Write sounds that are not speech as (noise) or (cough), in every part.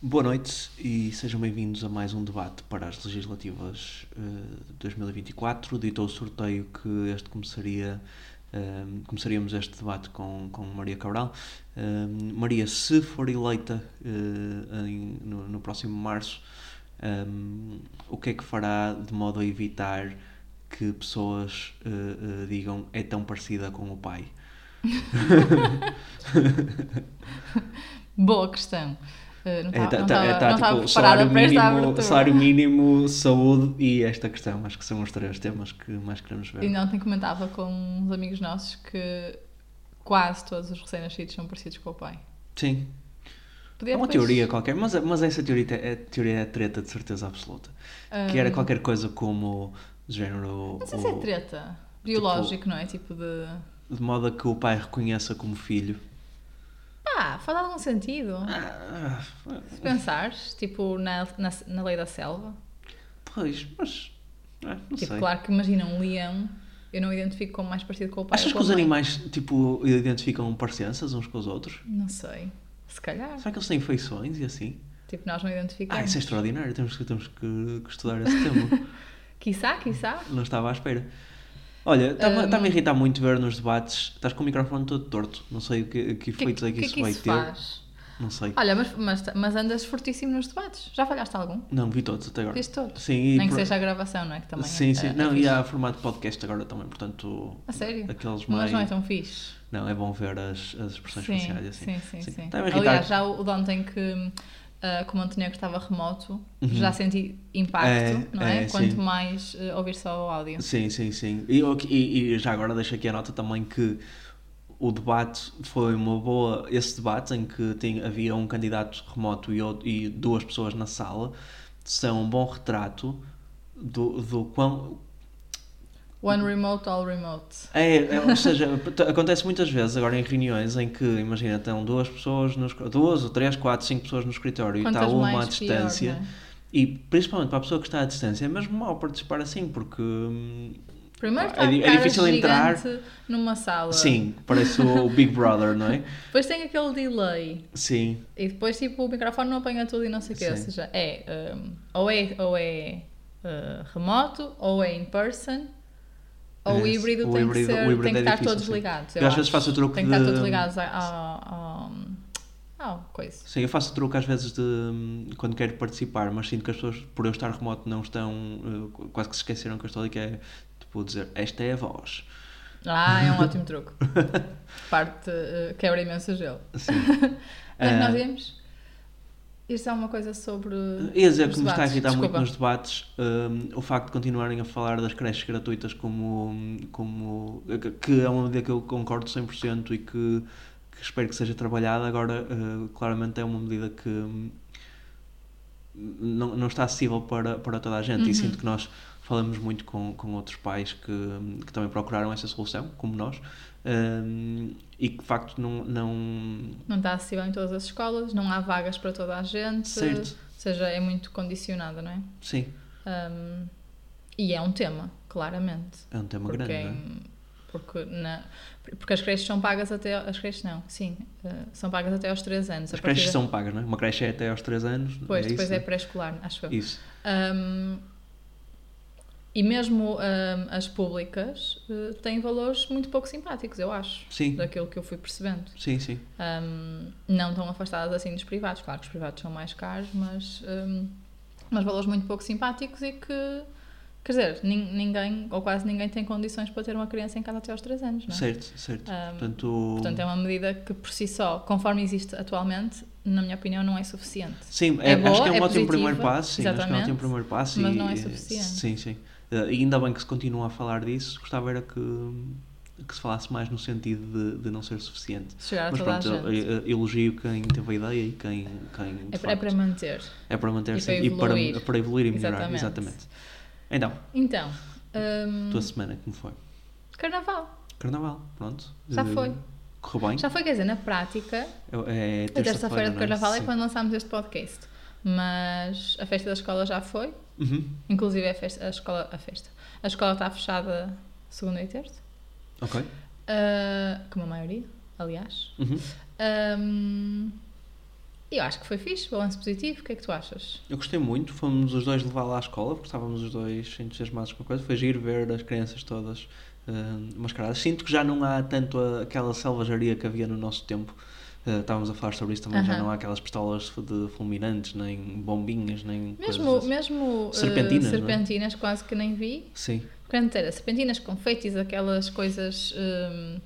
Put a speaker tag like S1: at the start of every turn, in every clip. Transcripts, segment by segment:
S1: Boa noite e sejam bem-vindos a mais um debate para as legislativas eh, de 2024. Dito ao sorteio que este começaria, eh, começaríamos este debate com, com Maria Cabral. Eh, Maria, se for eleita eh, em- no, no próximo março, eh, o que é que fará de modo a evitar que pessoas eh, eh, digam é tão parecida com o pai?
S2: Boa questão. Uh, não
S1: É,
S2: tá-
S1: tá,
S2: não
S1: tá-
S2: tava-
S1: é, tá,
S2: não tava
S1: tipo,
S2: preparada
S1: salário
S2: para esta
S1: mínimo,
S2: abertura.
S1: salário mínimo, saúde e esta questão. Acho que são os três temas que mais queremos ver.
S2: E não ontem comentava com uns amigos nossos que quase todos os recém-nascidos são parecidos com o pai.
S1: Sim,
S2: Podia
S1: é uma
S2: depois,
S1: teoria qualquer, mas, mas essa teoria é, é- teoria é treta de certeza absoluta. Que
S2: hum,
S1: era qualquer coisa como de género.
S2: Não sei se é
S1: o-
S2: treta.
S1: tipo,
S2: Biológico, não é? Tipo de.
S1: De modo a que o pai reconheça como filho.
S2: Ah, faz algum sentido.
S1: Ah, ah,
S2: Se pensares, tipo na, na, na lei da selva.
S1: pois, mas. ah, não
S2: Tipo,
S1: sei.
S2: claro que imagina um leão, eu não identifico como mais parecido com o pai.
S1: Achas
S2: ou
S1: que
S2: com
S1: os
S2: a mãe.
S1: animais, tipo, identificam parecenças uns com os outros?
S2: Não sei. Se calhar.
S1: Será que eles têm feições e assim?
S2: Tipo, nós não identificamos.
S1: Ah, isso é extraordinário, temos que, temos que, que estudar esse
S2: (laughs)
S1: tema.
S2: Quiçá, quiçá.
S1: Não estava à espera. Olha, está-me
S2: Um,
S1: a irritar muito ver nos debates. Estás com o microfone todo torto. Não sei o que, que efeitos é que, isso vai ter.
S2: faz?
S1: Não sei.
S2: Olha, mas, mas, mas andas fortíssimo nos debates. Já falhaste algum?
S1: Não, vi todos até agora.
S2: Viste todos?
S1: Sim, e
S2: Nem que
S1: por-
S2: seja a gravação, não é? Que também é-
S1: Sim, sim.
S2: é- é
S1: não,
S2: fixe.
S1: e há formato podcast agora também, portanto.
S2: A sério?
S1: Aqueles mais.
S2: Mas não é tão fixe.
S1: Não, é bom ver as, as expressões faciais e assim.
S2: sim, sim, sim.
S1: Está-me a irritar.
S2: Aliás, já o o de ontem que, ah, que o Montenegro estava remoto, já senti impacto,
S1: Uhum. É,
S2: não é?
S1: é,
S2: Quanto
S1: sim.
S2: mais ah, ouvir só o áudio.
S1: Sim, sim, sim. E, o que- e- e já agora deixo aqui a nota também que o debate foi uma boa. Esse debate em que tinha, havia um candidato remoto e, outro- e duas pessoas na sala são um bom retrato do, do quão.
S2: One remote, all remote.
S1: É, é, ou seja, (laughs) t- acontece muitas vezes agora em reuniões em que, imagina, estão duas pessoas, no, escri- duas ou três, quatro, cinco pessoas no escritório e está
S2: Quantas
S1: uma à
S2: mais, pior,
S1: distância.
S2: não é?
S1: E principalmente para a pessoa que está à distância, é mesmo mal participar assim, porque. hum,
S2: Primeiro
S1: É
S2: está
S1: di-
S2: é,
S1: é difícil
S2: difícil
S1: entrar.
S2: entrar numa sala.
S1: Sim, parece o Big Brother, não é?
S2: (laughs) Depois tem aquele delay.
S1: Sim.
S2: E depois, tipo, o microfone não apanha tudo e não sei o quê. Ou
S1: Sim.
S2: seja, é, hum, ou é, ou é ah, remoto, ou é in person, ou o
S1: É,
S2: híbrido
S1: o
S2: tem
S1: híbrido-
S2: que, ser,
S1: o híbrido
S2: tem que
S1: é
S2: estar
S1: difícil,
S2: todos
S1: sim.
S2: ligados.
S1: Eu às vezes faço o truque
S2: Tem que estar
S1: de-
S2: todos ligados a- a- ao. ao coisa.
S1: Sim, eu faço o truque às vezes de hum, quando quero participar, mas sinto que as pessoas, por eu estar remoto, não estão. uh, qu- quase que se esqueceram que eu estou ali, que é tipo dizer esta é a voz.
S2: Ah,
S1: (laughs)
S2: é um ótimo truque. Parte ah, quebra imenso o gelo. (laughs)
S1: Sim.
S2: Mas
S1: Ah.
S2: nós vimos. Isto é uma coisa sobre.
S1: Ia dizer
S2: os
S1: é que me está a
S2: debates.
S1: irritar
S2: Desculpa.
S1: muito nos debates hum, o facto de continuarem a falar das creches gratuitas como. como que- que é uma medida que eu concordo 100% e que, que espero que seja trabalhada. Agora, uh, claramente, é uma medida que. hum, não, não está acessível para, para toda a gente
S2: Uhum.
S1: e sinto que nós falamos muito com, com outros pais que, que também procuraram essa solução, como nós, hum, e que de facto não. não
S2: Não está acessível em todas as escolas, não há vagas para toda a gente.
S1: Certo.
S2: Ou seja, é muito condicionada, não é?
S1: sim,
S2: Hum, e é um tema, claramente.
S1: é um tema
S2: porque,
S1: grande. não é?
S2: em- porque, na- porque as creches são pagas até. As creches não, sim. eh, são pagas até aos 3 anos.
S1: As
S2: a partir
S1: creches
S2: da-
S1: são pagas, não é? Uma creche é até aos 3 anos.
S2: Pois,
S1: é
S2: depois
S1: isso,
S2: é
S1: né?
S2: pré-escolar, acho eu.
S1: Isso.
S2: Hum, e mesmo hum, as públicas eh, têm valores muito pouco simpáticos, eu acho.
S1: Sim,
S2: Daquilo que eu fui percebendo.
S1: sim, sim.
S2: Hum, não tão afastadas assim dos privados. Claro que os privados são mais caros, mas, hum, mas valores muito pouco simpáticos e que, quer dizer, nin- ninguém ou quase ninguém tem condições para ter uma criança em casa até aos 3 anos, não é?
S1: Certo, certo.
S2: Hum,
S1: portanto,
S2: Portanto, é uma medida que por si só, conforme existe atualmente, na minha opinião, não é suficiente.
S1: sim,
S2: é
S1: é- acho
S2: boa,
S1: que é um
S2: é
S1: ótimo
S2: positiva,
S1: primeiro passo. Sim, acho que é um ótimo
S2: exatamente,
S1: primeiro passo.
S2: mas
S1: e-
S2: não é
S1: e-
S2: suficiente.
S1: Sim, sim. Eh, E ainda bem que se continua a falar disso. Gostava era que, que se falasse mais no sentido de, de não ser suficiente.
S2: Se Chegar a
S1: Mas
S2: toda
S1: pronto, é,
S2: a gente.
S1: eu- eu- elogio quem teve a ideia e quem. quem de
S2: é, para- é
S1: facto,
S2: para manter.
S1: é para manter
S2: e
S1: sim,
S2: para
S1: e para,
S2: evoluir.
S1: para evoluir e melhorar.
S2: Exatamente.
S1: Exatamente. Então,
S2: Então, hum,
S1: tua semana, como foi?
S2: carnaval.
S1: Carnaval, pronto.
S2: Já
S1: Eh,
S2: foi.
S1: Correu bem?
S2: Já foi, quer dizer, na prática,
S1: É, é
S2: a terça-feira de
S1: não é?
S2: carnaval é
S1: Sim.
S2: quando lançámos este podcast. Mas a festa da escola já foi,
S1: Uhum.
S2: Inclusive é a, festa, a escola a festa. A escola está fechada segunda e terça,
S1: Ok.
S2: ah, como a maioria, aliás.
S1: Uhum.
S2: Ahm, E eu acho que foi fixe, balanço positivo. O que é que tu achas?
S1: Eu gostei muito, fomos os dois levar lá à escola, porque estávamos os dois entusiasmados com a coisa. Foi giro ver as crianças todas uh, mascaradas. Sinto que já não há tanto a- aquela selvageria que havia no nosso tempo. Uh, estávamos a falar sobre isso também, já
S2: Aham.
S1: não há aquelas pistolas de fulminantes, nem bombinhas, nem
S2: Mesmo,
S1: coisas assim.
S2: mesmo eh,
S1: Serpentinas, não é?
S2: serpentinas quase que nem vi.
S1: Sim,
S2: Portanto, era serpentinas, confeites, aquelas coisas. hum,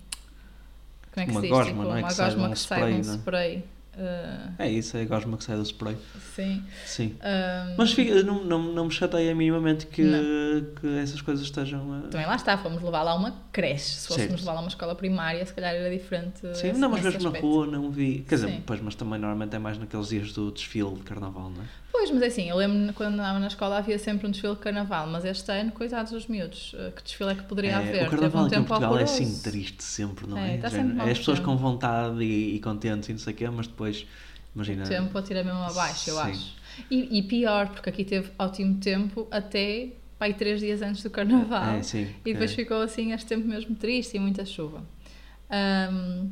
S2: como é que
S1: Uma
S2: se diz?
S1: gosma,
S2: tipo,
S1: não é?
S2: Uma
S1: Que sai de
S2: gosma
S1: um
S2: que sai de um
S1: spray, não é?
S2: spray. eh,
S1: é isso, é a gosma que sai do spray.
S2: sim.
S1: Sim.
S2: Hum,
S1: Mas fica- não, não, não me chateia minimamente que,
S2: Não.
S1: que essas coisas estejam a.
S2: Também lá está, fomos levar lá uma creche. Se fôssemos
S1: Certo.
S2: levar lá uma escola primária, se calhar era diferente.
S1: Sim,
S2: esse-
S1: não, mas
S2: nesse
S1: mesmo na
S2: aspecto.
S1: rua não vi. Quer dizer,
S2: Sim.
S1: pois, mas também normalmente é mais naqueles dias do desfile de carnaval, não é?
S2: Pois, mas é assim, eu lembro-me quando andava na escola havia sempre um desfile de carnaval, mas este ano, coitados dos miúdos, eh, que desfile é que poderia
S1: É,
S2: haver?
S1: o carnaval
S2: Teve
S1: aqui
S2: um
S1: em
S2: tempo
S1: Portugal
S2: horroroso.
S1: é assim triste sempre, não
S2: É,
S1: é?
S2: está
S1: Já-
S2: sempre mal
S1: é as pessoas
S2: tempo.
S1: com vontade e, e contentes e não sei o quê, mas depois, imagina.
S2: O tempo atira mesmo abaixo, eu
S1: é? Sim.
S2: acho. E, e pior, porque aqui teve ótimo tempo até pai três dias antes do carnaval.
S1: É, sim.
S2: E depois
S1: é.
S2: ficou assim este tempo mesmo triste e muita chuva. Ahm,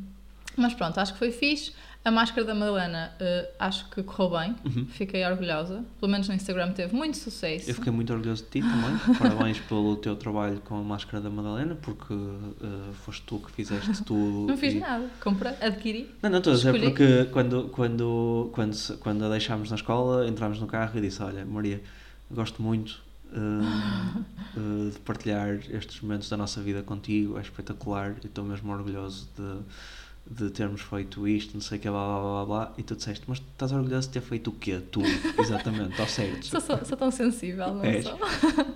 S2: mas pronto, acho que foi fixe. A máscara da Madalena eh, acho que correu bem. Fiquei orgulhosa. Pelo menos no Instagram teve muito sucesso.
S1: Uhum. Eu fiquei muito orgulhoso de ti
S2: (laughs)
S1: também. Parabéns pelo teu trabalho com a máscara da Madalena, porque eh, foste tu que fizeste tudo.
S2: Não fiz
S1: e-
S2: nada. Comprei, adquiri.
S1: Não, não estou a dizer
S2: Escolhi.
S1: porque quando, quando, quando, se- quando a deixámos na escola, entrámos no carro e disse: Olha, Maria, gosto muito hum, eh, de partilhar estes momentos da nossa vida contigo, é espetacular, e estou mesmo orgulhoso de, de termos feito isto, não sei o que, blá blá blá blá. blá." E tu disseste: Mas estás orgulhoso de ter feito o quê?
S2: (laughs)
S1: Tu, exatamente, ao certo.
S2: Sou, sou- sou tão sensível, não
S1: És.
S2: sou?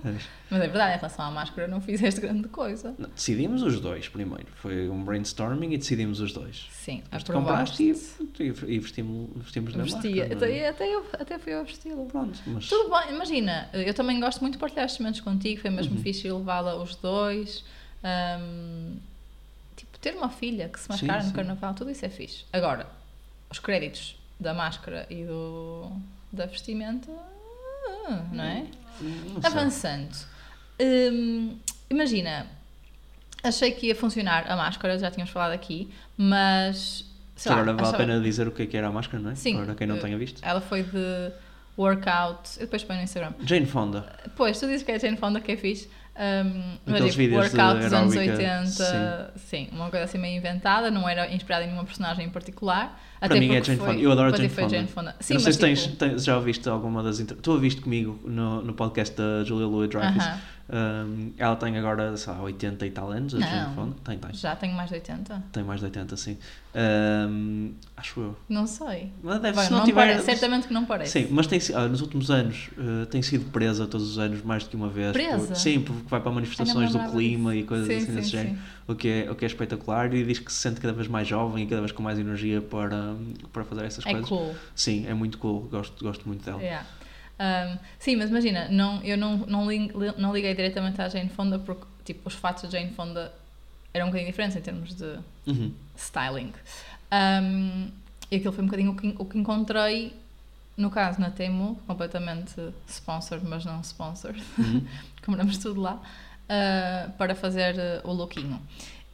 S1: És.
S2: (laughs) Mas é verdade, em relação à máscara não fizeste grande coisa.
S1: Não, decidimos os dois primeiro, foi um brainstorming e decidimos os dois.
S2: Sim,
S1: Mas tu
S2: aprovaste.
S1: compraste e, e vestimos, vestimos na
S2: Vestia.
S1: máscara, não é?
S2: Até, até, eu, até fui ao estilo.
S1: Pronto, mas.
S2: Tudo bem, imagina, eu também gosto muito de partilhar estes momentos contigo, foi mesmo
S1: Uhum.
S2: fixe levá-la os dois. Ahm, tipo, ter uma filha que se
S1: Sim,
S2: mascara no
S1: sim.
S2: carnaval, tudo isso é fixe. Agora, os créditos da máscara e do, da vestimenta, ah, não é?
S1: Não sei.
S2: Avançando. Hum, imagina, achei que ia funcionar a máscara, já tínhamos falado aqui, mas. Sei
S1: Agora
S2: lá,
S1: vale a
S2: achava-
S1: pena dizer o que é que era a máscara, não é?
S2: Sim.
S1: Para quem não
S2: Eh,
S1: tenha visto.
S2: Ela foi de workout, eu depois ponho no Instagram.
S1: Jane Fonda.
S2: Pois, tu dizes que é Jane Fonda que é fixe. Um, mas
S1: Aqueles
S2: tipo,
S1: vídeos de
S2: workout dos anos
S1: aeróbica,
S2: 80, sim. uma coisa assim meio inventada, não era inspirada em nenhuma personagem em particular.
S1: Para mim é
S2: porque
S1: Jane Fonda. Eu adoro
S2: para ti
S1: Jane
S2: foi
S1: Fonda.
S2: Sim,
S1: não sei
S2: mas
S1: se tens,
S2: tipo,
S1: tens- já ouviste alguma das. Inter... Tu ouviste comigo no, no podcast da Julia Louis Dreyfus.
S2: aham.
S1: ela tem agora, sei lá, 80 e tal anos, a
S2: Não.
S1: Jane Fonda. Tem, tem.
S2: já tenho mais de 80?
S1: Tem mais de 80, sim. Ahm, acho eu.
S2: Não sei.
S1: Mas deve
S2: Bem,
S1: É, se não,
S2: não
S1: tiver.
S2: parece, certamente que não parece.
S1: Sim, mas tem, si- ah, nos últimos anos eh, tem sido presa todos os anos mais do que uma vez.
S2: Presa?
S1: Por, sim, porque vai para
S2: Ai, não me
S1: manifestações do
S2: lembrava
S1: clima
S2: disso.
S1: e coisas
S2: Sim,
S1: assim
S2: sim,
S1: desse
S2: sim.
S1: género. o que é, o que é espetacular e diz que se sente cada vez mais jovem e cada vez com mais energia para, para fazer essas
S2: É
S1: coisas.
S2: cool. É.
S1: Sim, é muito cool, gosto, gosto muito dela.
S2: Yeah. Um, sim, mas imagina, não, eu não, não, li- li- não liguei diretamente à Jane Fonda porque tipo, os fatos de Jane Fonda eram um bocadinho diferentes em termos de
S1: Uhum.
S2: styling. Um, e aquilo foi um bocadinho o que, o que encontrei, no caso, na Temu, completamente sponsored, mas não sponsored, (laughs)
S1: Uhum.
S2: compramos tudo lá, uh, para fazer uh, o lookinho.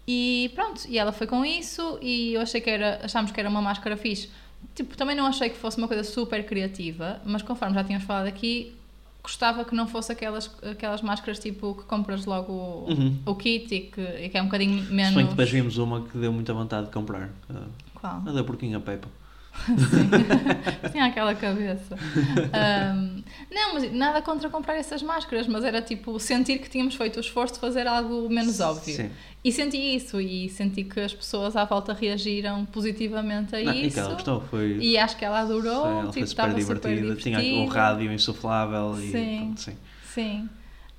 S2: E pronto, e ela foi com isso e eu achei que era, achámos que era uma máscara fixe. Tipo, também não achei que fosse uma coisa super criativa, mas conforme já tínhamos falado aqui, gostava que não fosse aquelas, aquelas máscaras tipo que compras logo o-
S1: Uhum.
S2: o kit e que, e que é um bocadinho
S1: Se bem que
S2: menos.
S1: depois vimos uma que deu muita vontade de comprar. ah,
S2: Qual?
S1: a da Porquinha Peppa.
S2: Sim. Tinha aquela cabeça. Ahm, não, mas nada contra comprar essas máscaras, mas era tipo sentir que tínhamos feito o esforço de fazer algo menos óbvio.
S1: Sim.
S2: E senti isso, e senti que as pessoas à volta reagiram positivamente a
S1: Não, e
S2: É isso.
S1: que ela gostou, foi.
S2: E acho que ela adorou,
S1: ela
S2: tipo, estava super divertida.
S1: Tinha o rádio insuflável e
S2: Sim.
S1: pronto, sim.
S2: Sim.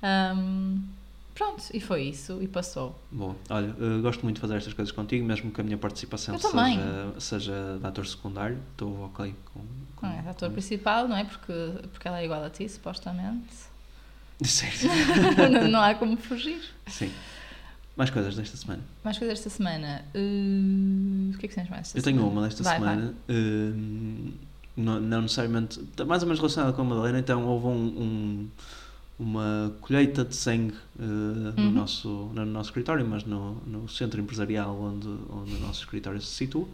S2: Ahm, pronto, e foi isso, e passou.
S1: Bom, olha, eh, gosto muito de fazer estas coisas contigo, mesmo que a minha participação
S2: Eu também.
S1: seja, seja de ator secundário, estou ok com. com
S2: Não é a ator
S1: com-
S2: principal, não é? Porque, porque ela é igual a ti, supostamente. (laughs)
S1: (laughs) Certo.
S2: não, não há como fugir.
S1: Sim. Mais coisas desta semana.
S2: Mais coisas esta semana. Uh, o que é que tens mais? esta
S1: Eu tenho
S2: semana?
S1: uma desta
S2: Vai,
S1: semana, hum, não, não necessariamente, tá mais ou menos relacionada com a Madalena, então houve um, um- uma colheita de sangue eh,
S2: Uhum.
S1: no, nosso, não no nosso escritório, mas no, no centro empresarial onde, onde o nosso escritório se situa.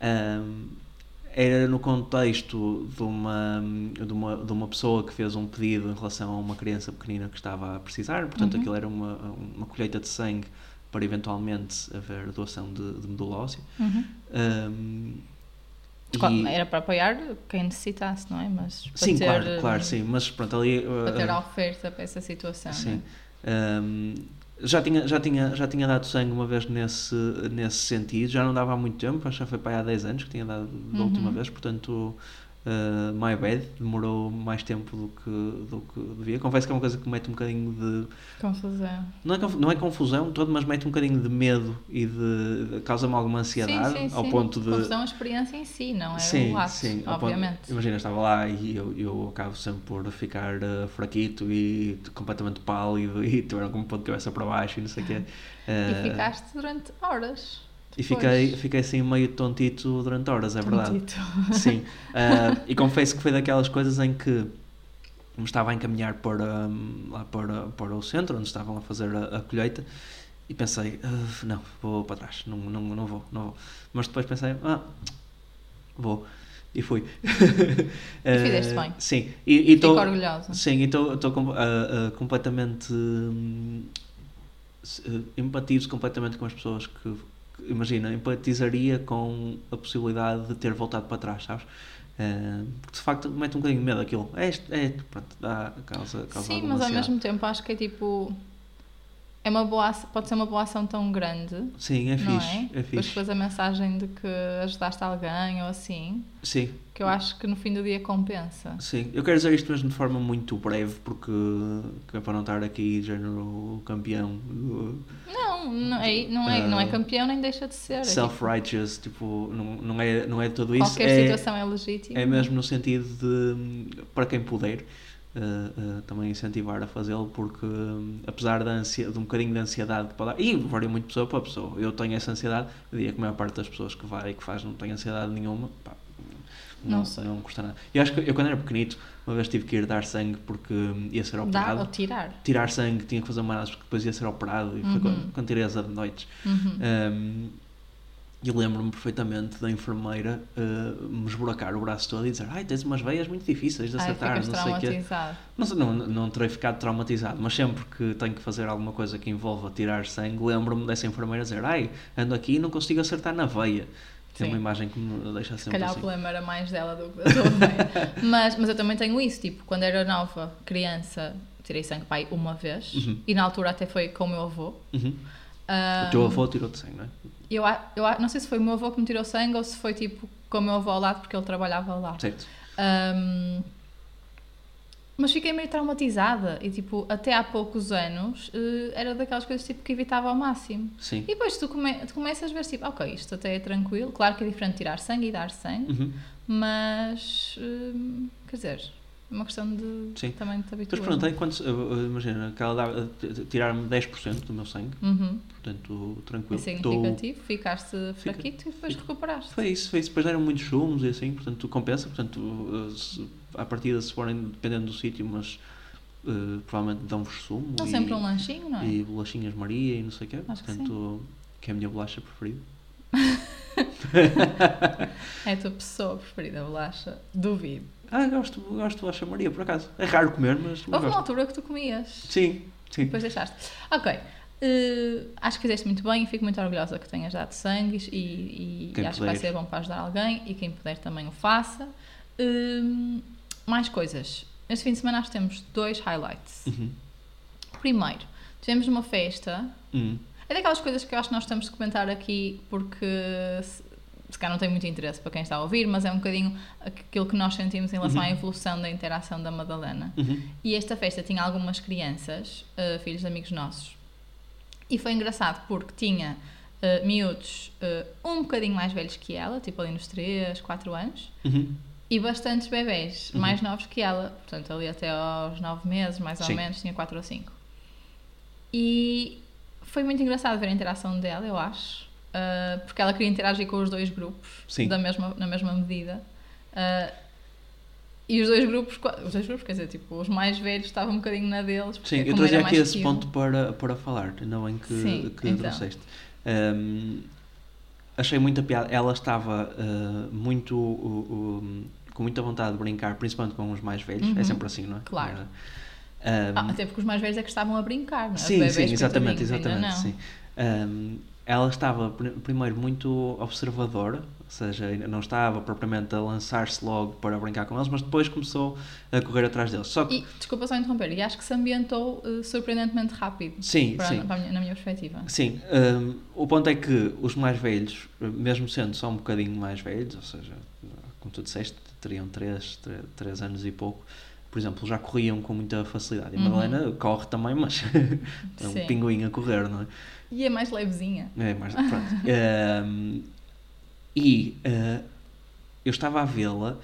S1: Hum, era no contexto de uma, de, uma, de uma pessoa que fez um pedido em relação a uma criança pequenina que estava a precisar, portanto,
S2: Uhum.
S1: aquilo era uma, uma colheita de sangue para eventualmente haver doação de, de medula óssea.
S2: Uhum.
S1: Um,
S2: Claro,
S1: e-
S2: Era para apoiar quem necessitasse, não é? Mas para
S1: Sim,
S2: ter, eh,
S1: claro, claro, sim, mas pronto, ali. uh,
S2: Para ter tá, né?
S1: uh,
S2: oferta para essa situação. é?
S1: Sim. Um, já tinha, já, tinha, já tinha dado sangue uma vez nesse, nesse sentido, já não dava há muito tempo, acho que já foi para aí há 10 anos que tinha dado da
S2: Uhum.
S1: última vez, portanto, uh, my bad, demorou mais tempo do que, do que devia. Confesso que é uma coisa que mete um bocadinho de.
S2: Não é? Confusão.
S1: Não é, conf- não é confusão todo, mas mete um bocadinho de medo e de, de- causa-me alguma ansiedade
S2: sim, sim,
S1: ao
S2: sim.
S1: ponto de.
S2: Confusão a experiência em si, não é o ato,
S1: ao ponto-
S2: obviamente.
S1: imagina, eu estava lá e eu, eu acabo sempre por ficar eh, fraquito e t- completamente pálido (laughs) e tiveram como ponto de cabeça para baixo e não sei o quê. Eh,
S2: (laughs) E ficaste durante horas.
S1: e fiquei, fiquei assim meio tontito durante horas, é verdade.
S2: Tontito.
S1: Sim. Ah, e confesso que foi daquelas coisas em que me estava a encaminhar para, hum, lá para, para o centro, onde estavam a fazer a, a colheita, e pensei, "Uf, não, vou para trás, não, não, não vou, não vou. Mas depois pensei, ah, vou. E fui. (laughs) Ah,
S2: E fizeste bem.
S1: Sim. E, e
S2: Fico
S1: tô-
S2: orgulhosa.
S1: Sim, então estou com- ah, ah, completamente hum, se- eh, empatizo completamente com as pessoas que, que- imagina, empatizaria com a possibilidade de ter voltado para trás, sabes? Ah, porque de facto mete um bocadinho de medo aquilo. É, isto- é pronto, dá, causa, causa
S2: Sim,
S1: alguma
S2: mas ao
S1: ansiedade.
S2: mesmo tempo acho que é tipo. É uma boa, aça- pode ser uma boa ação tão grande,
S1: Sim, é
S2: não
S1: fixe,
S2: é?
S1: é
S2: Depois
S1: fixe.
S2: depois a mensagem de que ajudaste alguém ou assim,
S1: Sim,
S2: que eu acho que no fim do dia compensa.
S1: Sim, eu quero dizer isto mesmo de forma muito breve, porque que é para não estar aqui, género campeão, do-
S2: Não, não é, não é, não é
S1: Ah,
S2: campeão nem deixa de ser. É tipo,
S1: self-righteous, tipo, não, não, é, não é de tudo isso.
S2: qualquer
S1: é,
S2: situação é legítima.
S1: É mesmo no sentido de, hum, para quem puder, uh, uh, também incentivar a fazê-lo, porque hum, apesar da ansia, de um bocadinho de ansiedade que pode dar, e varia muito de pessoa para pessoa, eu tenho essa ansiedade, eu diria que a maior parte das pessoas que vai e que faz não tem ansiedade nenhuma, pá, não,
S2: Não sei.
S1: não custa nada. Eu acho que eu quando era pequenito, uma vez tive que ir dar sangue porque hum, ia ser
S2: Dar ou
S1: operado.
S2: tirar.
S1: Tirar sangue, tinha que fazer uma análise porque depois ia ser operado e foi
S2: Uhum.
S1: quando, quando tirei as adenoides.
S2: Uhum.
S1: Um, e lembro-me perfeitamente da enfermeira uh, me esburacar o braço todo e dizer ai, tens umas veias muito difíceis de
S2: Ai,
S1: acertar,
S2: ficas
S1: não sei o quê.
S2: traumatizado.
S1: Não, sei, não, não terei ficado traumatizado, mas sempre que tenho que fazer alguma coisa que envolva tirar sangue, lembro-me dessa enfermeira dizer ai, ando aqui e não consigo acertar na veia. É uma
S2: Sim.
S1: imagem que me deixa
S2: Se
S1: sempre
S2: calhar o
S1: assim.
S2: problema era mais dela do que da tua mãe.
S1: (laughs)
S2: mas, mas eu também tenho isso, tipo, quando era nova, criança, tirei sangue pai uma vez
S1: Uhum.
S2: e na altura até foi com o meu avô.
S1: Uhum.
S2: Ah,
S1: O teu avô tirou-te sangue, não é?
S2: Eu, a- eu a- não sei se foi o meu avô que me tirou sangue ou se foi tipo com o meu avô ao lado porque ele trabalhava lá.
S1: Certo.
S2: Ahm, mas fiquei meio traumatizada e tipo, até há poucos anos eh, era daquelas coisas tipo, que evitava ao máximo.
S1: Sim.
S2: E depois tu, come, tu começas a ver tipo, ok, isto até é tranquilo. Claro que é diferente tirar sangue e dar sangue,
S1: Uhum.
S2: mas hum, quer dizer, é uma questão de
S1: Sim.
S2: também de te
S1: Depois
S2: habituar.
S1: perguntei quantos. uh, uh, Imagina, que ela dava- t- tiraram-me 10% do meu sangue,
S2: Uhum.
S1: portanto,
S2: É
S1: tranquilo. Estou-
S2: significativo, ficaste fraquito e depois
S1: fica.
S2: recuperaste.
S1: Foi isso, foi isso. Depois deram muitos sumos e assim, portanto compensa. Portanto, eh, se, à partida, se forem, dependendo do sítio, mas eh, provavelmente dão-vos sumo.
S2: Dão
S1: e,
S2: sempre um lanchinho, não é?
S1: E bolachinhas Maria e não sei o quê.
S2: Acho que
S1: portanto, que, é a minha bolacha preferida.
S2: É a tua pessoa preferida, bolacha. Duvido.
S1: Ah, gosto, gosto de bolacha Maria, por acaso. É raro comer, mas mas
S2: Houve uma
S1: gosto.
S2: altura que tu comias.
S1: Sim, sim.
S2: Depois deixaste. Ok. eh, acho que fizeste muito bem e fico muito orgulhosa que tenhas dado sangue e, e-
S1: Quem
S2: e acho que vai
S1: puder.
S2: ser bom para ajudar alguém e quem puder também o faça. Hum, mais coisas. Este fim de semana nós temos dois highlights.
S1: Uhum.
S2: Primeiro, tivemos uma festa.
S1: Hum.
S2: É daquelas coisas que eu acho que nós estamos de comentar aqui porque se, se calhar não tem muito interesse para quem está a ouvir, mas é um bocadinho aquilo que nós sentimos em relação à evolução da interação da Madalena.
S1: Uhum.
S2: E esta festa tinha algumas crianças, eh, filhos de amigos nossos. E foi engraçado porque tinha eh, miúdos eh, um bocadinho mais velhos que ela, tipo ali nos 3, 4 anos,
S1: Uhum.
S2: e bastantes bebés
S1: Uhum.
S2: mais novos que ela. Portanto, ali até aos 9 meses, mais ou
S1: Sim.
S2: menos, tinha 4 ou 5. E foi muito engraçado ver a interação dela, eu acho, eh, porque ela queria interagir com os dois grupos
S1: Sim.
S2: da mesma, na mesma medida. Eh, e os dois grupos, qua- os dois grupos, quer dizer, tipo, os mais velhos estavam um bocadinho na deles. porque
S1: Sim, eu
S2: como
S1: trazia
S2: era
S1: aqui
S2: mais
S1: esse
S2: que eu-
S1: ponto para, para falar, ainda bem que,
S2: Sim,
S1: que
S2: então.
S1: trouxeste. Ahm, achei muita piada. Ela estava uh, muito. uh, um, com muita vontade de brincar, principalmente com os mais velhos. É
S2: Uhum.
S1: sempre assim, não é?
S2: Claro.
S1: Ah,
S2: Ah, até porque os mais velhos é que estavam a brincar, não é? Os
S1: Sim,
S2: bebés
S1: sim, exatamente,
S2: coitadinhos, ainda
S1: exatamente.
S2: né? não.
S1: Sim. Ahm, ela estava, pr- primeiro, muito observadora, ou seja, ainda não estava propriamente a lançar-se logo para brincar com eles, mas depois começou a correr atrás deles. Só que,
S2: E, desculpa só interromper, e acho que se ambientou eh, surpreendentemente rápido.
S1: sim,
S2: para-
S1: sim.
S2: para a minha- na minha perspectiva.
S1: Sim, hum, o ponto é que os mais velhos, mesmo sendo só um bocadinho mais velhos, ou seja, como tu disseste, teriam 3, 3 anos e pouco, por exemplo, já corriam com muita facilidade. E a
S2: Uhum.
S1: Madalena corre também, mas (laughs) é um
S2: Sim.
S1: pinguim a correr, não é?
S2: E é mais levezinha.
S1: É,
S2: (laughs)
S1: mas pronto. Ahm, e ah, eu estava a vê-la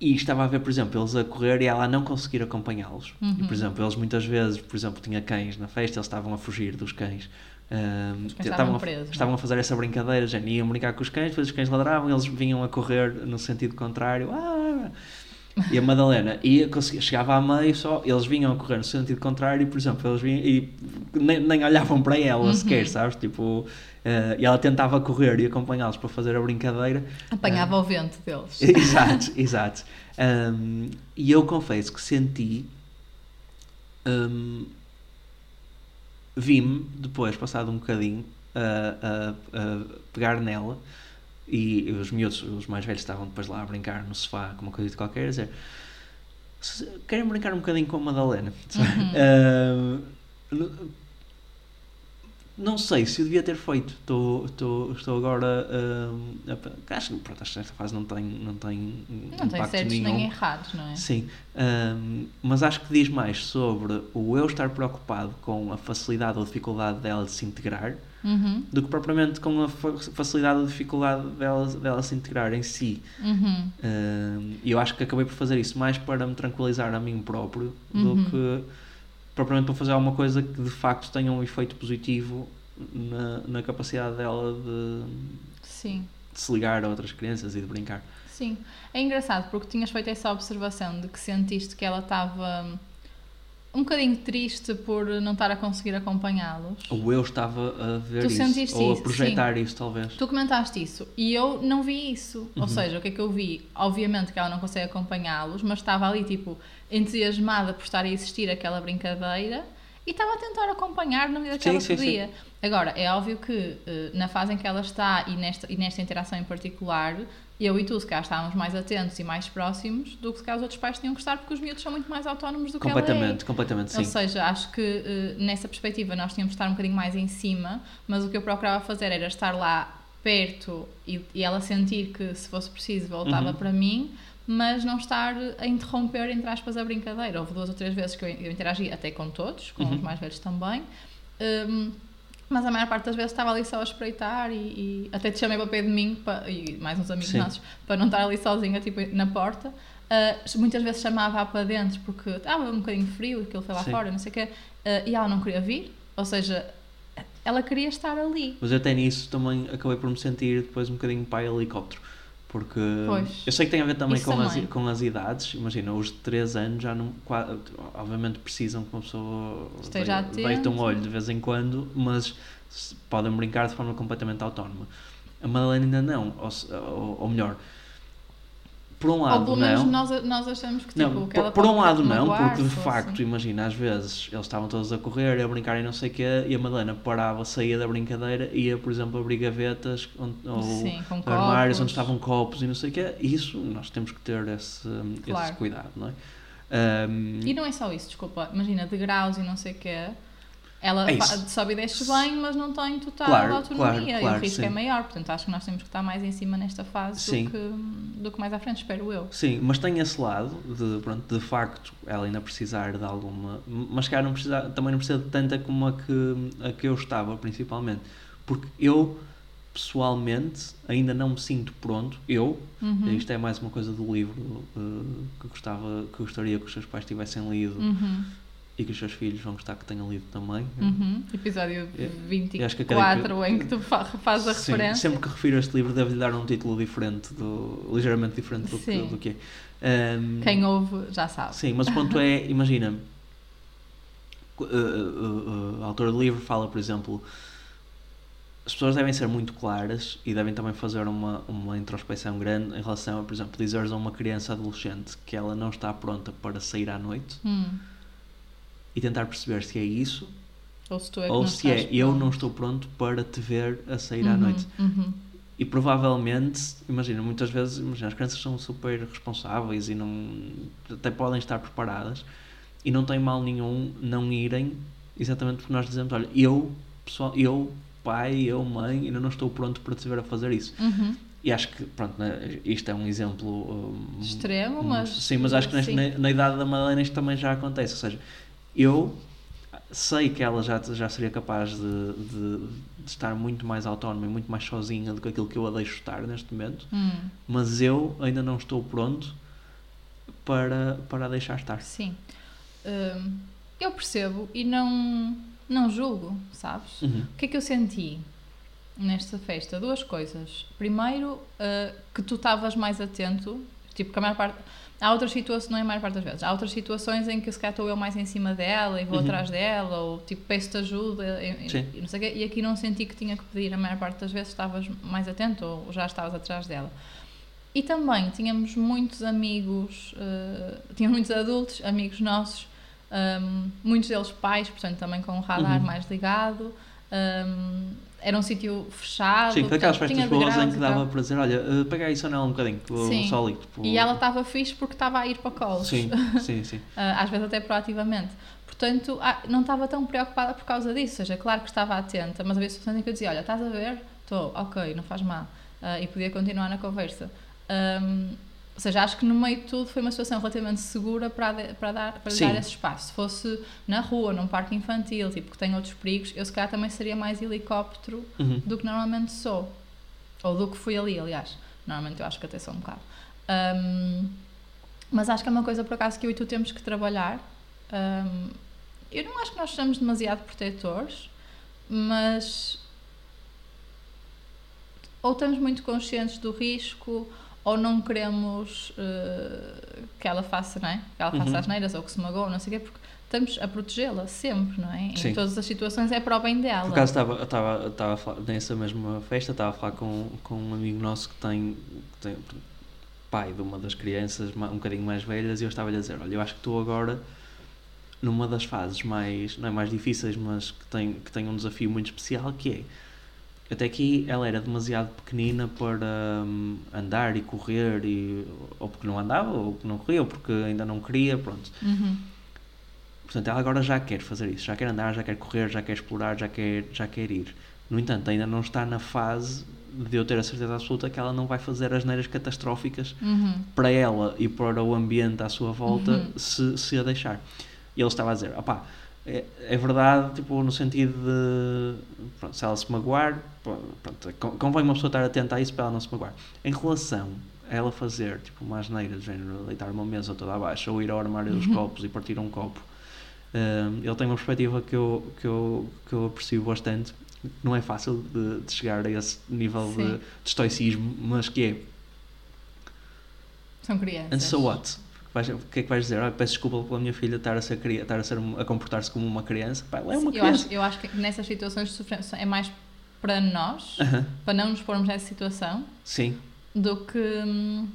S1: e estava a ver, por exemplo, eles a correr e ela a não conseguir acompanhá-los. E,
S2: Uhum.
S1: por exemplo, eles muitas vezes, por exemplo, tinha cães na festa, eles estavam a fugir dos cães. Ahm,
S2: Os cães
S1: estavam,
S2: estavam
S1: a,
S2: presos, é?
S1: estavam a fazer essa brincadeira, já iam brincar com os cães, depois os cães ladravam, eles vinham a correr no sentido contrário. Ah! E a Madalena ia, conseguia- chegava a meio só, eles vinham a correr no sentido contrário, e, por exemplo, eles vinham e nem, nem olhavam para ela
S2: Uhum.
S1: sequer, sabes? Tipo, eh, e ela tentava correr e acompanhá-los para fazer a brincadeira. É.
S2: Apanhava o vento
S1: (laughs)
S2: deles.
S1: Exato, exato. Um, e eu confesso que senti. um, Vi-me depois, passado um bocadinho, a, a- a pegar nela e os miúdos, os mais velhos, estavam depois lá a brincar no sofá com uma coisa de qualquer, a dizer: "Se- Querem brincar um bocadinho com a Madalena? (laughs) Um, no- não sei se eu devia ter feito. Estou, estou, estou agora. hum, a pe- acho que pronto, acho que nesta fase não tem, não tem hum,
S2: Não tem
S1: impacto
S2: certos
S1: nenhum.
S2: nem errados, não é?
S1: Sim, hum, mas acho que diz mais sobre o eu estar preocupado com a facilidade ou dificuldade dela de se integrar
S2: Uhum,
S1: do que propriamente com a fa- facilidade ou dificuldade dela, dela se integrar em si.
S2: uhum.
S1: Hum, E eu acho que acabei por fazer isso mais para me tranquilizar a mim próprio do
S2: Uhum.
S1: que propriamente para fazer alguma coisa que de facto tenha um efeito positivo na, na capacidade dela de,
S2: Sim,
S1: de se ligar a outras crianças e de brincar.
S2: sim. É engraçado porque tinhas feito essa observação de que sentiste que ela estava um bocadinho triste por não estar a conseguir acompanhá-los.
S1: Ou eu estava a ver
S2: Tu
S1: isso,
S2: sentiste
S1: ou a
S2: isso,
S1: projetar isso, talvez.
S2: Tu comentaste isso e eu não vi isso.
S1: Uhum.
S2: Ou seja, o que é que eu vi? Obviamente que ela não consegue acompanhá-los, mas estava ali, tipo, entusiasmada por estar a existir aquela brincadeira e estava a tentar acompanhar na medida que
S1: Sim,
S2: ela
S1: sim,
S2: podia. Agora, é óbvio que eh, na fase em que ela está e nesta, e nesta interação em particular, eu e tu, se calhar, estávamos mais atentos e mais próximos do que se calhar os outros pais tinham que estar, porque os miúdos são muito mais autónomos do que ela é.
S1: Completamente, completamente, sim.
S2: Ou seja, acho que eh, nessa perspectiva nós tínhamos de estar um bocadinho mais em cima, mas o que eu procurava fazer era estar lá perto e, e ela sentir que se fosse preciso voltava
S1: Uhum.
S2: para mim, mas não estar a interromper, entre aspas, a brincadeira. Houve duas ou três vezes que eu, eu interagi até com todos, com
S1: Uhum.
S2: os mais velhos também. hum, mas a maior parte das vezes estava ali só a espreitar e, e até te chamei para o pé de mim pa- e mais uns amigos
S1: Sim.
S2: nossos para não estar ali sozinha, tipo, na porta. Ah, muitas vezes chamava-a para dentro porque estava um bocadinho frio e aquilo foi lá
S1: Sim.
S2: fora, não sei o quê. Ah, e ela não queria vir, ou seja, ela queria estar ali.
S1: Mas eu até nisso também acabei por me sentir depois um bocadinho pai helicóptero. Porque
S2: Pois.
S1: eu sei que tem a ver também
S2: Isso
S1: com as,
S2: também.
S1: com as idades. Imagina, os de 3 anos já não. qua- Obviamente precisam que uma pessoa
S2: Esteja
S1: dei- deite um
S2: atento.
S1: olho de vez em quando, mas se- podem brincar de forma completamente autónoma. A Madalena ainda não. Ou, se- ou- ou melhor, por um lado,
S2: ou pelo
S1: não.
S2: menos nós, nós achamos que, tipo,
S1: Não,
S2: que
S1: por,
S2: ela
S1: por
S2: pode
S1: um lado
S2: ficar
S1: não,
S2: com uma
S1: porque de
S2: guarda, ou assim.
S1: facto, tipo, imagina, às vezes eles estavam todos a correr, a brincar e não sei o quê, e a Madalena parava, saía da brincadeira, ia, por exemplo, abrir gavetas onde- ou
S2: Sim, com
S1: armários onde
S2: copos.
S1: estavam copos e não sei o quê. E isso, nós temos que ter esse, esse
S2: Claro.
S1: cuidado, não é? Ahm,
S2: E não é só isso, desculpa. Imagina, degraus e não sei o quê. Ela
S1: É
S2: fa-
S1: isso.
S2: sobe e desce bem, mas não tem total
S1: Claro,
S2: autonomia
S1: claro,
S2: e
S1: claro,
S2: o risco
S1: sim.
S2: é maior. Portanto, acho que nós temos que estar mais em cima nesta fase
S1: Sim. É
S2: do que, do que mais à frente, espero eu.
S1: Sim, mas tem esse lado de, pronto, de facto, ela ainda precisar de alguma. Mas cá não precisa, também não precisa de tanta como a que, a que eu estava, principalmente. Porque eu, pessoalmente, ainda não me sinto pronto. Eu,
S2: Uhum.
S1: isto é mais uma coisa do livro eh, que, gostava, que gostaria que os seus pais tivessem lido
S2: Uhum.
S1: e que os seus filhos vão gostar que tenham lido também.
S2: Uhum. Episódio
S1: Eu-
S2: 24
S1: acho que acabei-
S2: em que tu fa- fazes a
S1: Sim,
S2: referência.
S1: Sempre que refiro a este livro, devo-lhe dar um título diferente, do, ligeiramente diferente do, que,
S2: Sim.
S1: do que é. Ahm,
S2: Quem ouve já sabe.
S1: Sim, mas o ponto é, imagina, eh, uh, uh, uh, a autora do livro fala, por exemplo, as pessoas devem ser muito claras e devem também fazer uma, uma introspecção grande em relação a, por exemplo, dizeres a uma criança adolescente que ela não está pronta para sair à noite
S2: Hum.
S1: e tentar perceber se é isso
S2: Ou se tu é que
S1: ou
S2: não
S1: se
S2: estás
S1: é eu não estou pronto para te ver a sair à
S2: Uhum,
S1: noite.
S2: uhum.
S1: E provavelmente, imagina, muitas vezes imagina, as crianças são super responsáveis e não até podem estar preparadas e não tem mal nenhum não irem, exatamente porque nós dizemos, olha, eu, pessoal, eu, pai, eu, mãe, ainda não estou pronto para te ver a fazer isso.
S2: Uhum.
S1: E acho que, pronto, né, isto é um exemplo... hum,
S2: Extremo,
S1: hum,
S2: mas.
S1: Sim, mas acho que neste-
S2: sim.
S1: na, na idade da Madalena isto também já acontece, ou seja, eu sei que ela já, já seria capaz de, de, de estar muito mais autónoma e muito mais sozinha do que aquilo que eu a deixo estar neste momento,
S2: Hum,
S1: mas eu ainda não estou pronto para, para a deixar estar.
S2: sim. Hum, eu percebo e não, não julgo, sabes?
S1: Uhum.
S2: O que é que eu senti nesta festa? Duas coisas. Primeiro, ah, que tu estavas mais atento, tipo, que a maior parte. Há outras situações, não é a maior parte das vezes, há outras situações em que se calhar estou eu mais em cima dela e vou
S1: Uhum.
S2: atrás dela, ou tipo, peço-te ajuda, e, e-
S1: Sim.
S2: e não sei o quê, e aqui não senti que tinha que pedir, a maior parte das vezes estavas mais atento ou já estavas atrás dela. E também tínhamos muitos amigos, eh, tínhamos muitos adultos, amigos nossos, ahm, muitos deles pais, portanto também com o radar
S1: Uhum.
S2: mais ligado. ahm, era um sítio fechado.
S1: Sim, foi aquelas
S2: portanto,
S1: festas
S2: tinha
S1: boas em
S2: degraus
S1: que
S2: e tal.
S1: dava para dizer, olha, eh, pega aí só nela um bocadinho, que vou
S2: Sim.
S1: só ali. tipo-
S2: E ela estava fixe porque estava a ir para colos.
S1: Sim, sim, sim.
S2: (laughs) Ah, às vezes até proativamente. Portanto, ah, não estava tão preocupada por causa disso, ou seja, claro que estava atenta, mas havia situações em que eu dizia, olha, estás a ver? Estou, ok, não faz mal. Ah, e podia continuar na conversa. Ahm, ou seja, acho que no meio de tudo foi uma situação relativamente segura para, a de- para, dar, para lhe
S1: Sim.
S2: dar esse espaço. Se fosse na rua, num parque infantil, tipo, que tem outros perigos, eu se calhar também seria mais helicóptero
S1: Uhum.
S2: do que normalmente sou. Ou do que fui ali, aliás. Normalmente eu acho que até sou um bocado. Ahm, mas acho que é uma coisa, por acaso, que eu e tu temos que trabalhar. Ahm, eu não acho que nós sejamos demasiado protetores, mas. Ou estamos muito conscientes do risco, ou não queremos eh, que ela faça, não é? Que ela faça
S1: Uhum.
S2: as neiras, ou que se magoe, não sei o quê, porque estamos a protegê-la sempre, não é? Em
S1: Sim.
S2: todas as situações é para o bem dela.
S1: Por acaso estava, eu estava, eu estava a falar- nessa mesma festa, estava a falar com, com um amigo nosso que tem, que tem pai de uma das crianças ma- um bocadinho mais velhas e eu estava-lhe a dizer, olha, eu acho que estou agora numa das fases mais, não é mais difíceis, mas que tem, que tem um desafio muito especial, que é, até aqui ela era demasiado pequenina para hum, andar e correr, e, ou porque não andava, ou porque não corria, ou porque ainda não queria, pronto.
S2: Uhum.
S1: Portanto, ela agora já quer fazer isso, já quer andar, já quer correr, já quer explorar, já quer, já quer ir. No entanto, ainda não está na fase de eu ter a certeza absoluta que ela não vai fazer as neiras catastróficas
S2: Uhum.
S1: para ela e para o ambiente à sua volta
S2: Uhum.
S1: se, se a deixar. E ele estava a dizer, opá, é, é verdade, tipo, no sentido de, pronto, se ela se magoar, pô, pronto, con- convém uma pessoa estar atenta a isso para ela não se magoar. Em relação a ela fazer, tipo, uma asneira do género, deitar uma mesa toda abaixo, ou ir ao armário dos
S2: Uhum.
S1: copos e partir um copo, hum, ele tem uma perspectiva que eu, que eu, que eu aprecio bastante, não é fácil de, de chegar a esse nível de,
S2: Sim.
S1: de estoicismo, mas que é,
S2: São crianças.
S1: And so what? Vais- o que é que vais dizer? Ah, peço desculpa pela minha filha estar a, ser, cri- estar a, ser, um- a comportar-se como uma criança. Pá, ela é uma
S2: eu,
S1: criança.
S2: acho, eu acho que nessas situações de sofrência é mais para nós,
S1: Aham,
S2: para não nos pormos nessa situação,
S1: Sim.
S2: do que. hum,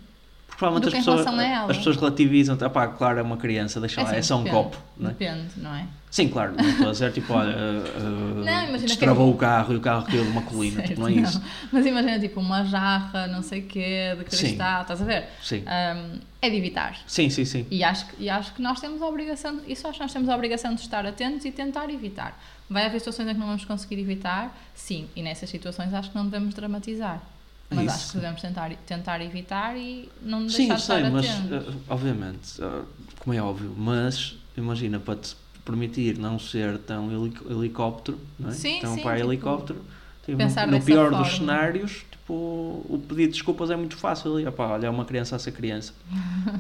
S1: Porque provavelmente
S2: Do que
S1: as
S2: em
S1: pessoas,
S2: relação a ela.
S1: as pessoas relativizam. Ah, pá, claro, é uma criança, deixa lá,
S2: assim,
S1: é só um
S2: depende,
S1: copo. Né?
S2: Depende, não é?
S1: Sim, claro, não estou a dizer tipo, olha, ah, ah,
S2: imagina que
S1: destravou
S2: é-
S1: o carro e o carro caiu de uma colina.
S2: Certo,
S1: tipo, não é isso.
S2: Mas imagina, tipo, uma jarra, não sei o quê, de
S1: Sim.
S2: cristal, estás a ver?
S1: Sim.
S2: Hum, é de evitar.
S1: Sim, sim, sim.
S2: E acho, que- e acho que nós temos a obrigação, isso acho que nós temos a obrigação de estar atentos e tentar evitar. Vai haver situações em que não vamos conseguir evitar, sim, e nessas situações acho que não devemos dramatizar. Mas
S1: É Isso.
S2: acho que devemos tentar, tentar evitar e não deixar
S1: Sim,
S2: de
S1: eu
S2: estar
S1: sei, mas
S2: atentos.
S1: ah, obviamente, ah, como é óbvio, mas imagina, para te permitir não ser tão helic- helicóptero, não é?
S2: Sim,
S1: tão
S2: sim,
S1: para
S2: tipo,
S1: helicóptero, tipo,
S2: pensar
S1: no, no
S2: dessa
S1: pior
S2: forma.
S1: dos cenários, tipo, o pedido de desculpas é muito fácil, e, opá, olha, é uma criança a ser
S2: (laughs)
S1: criança,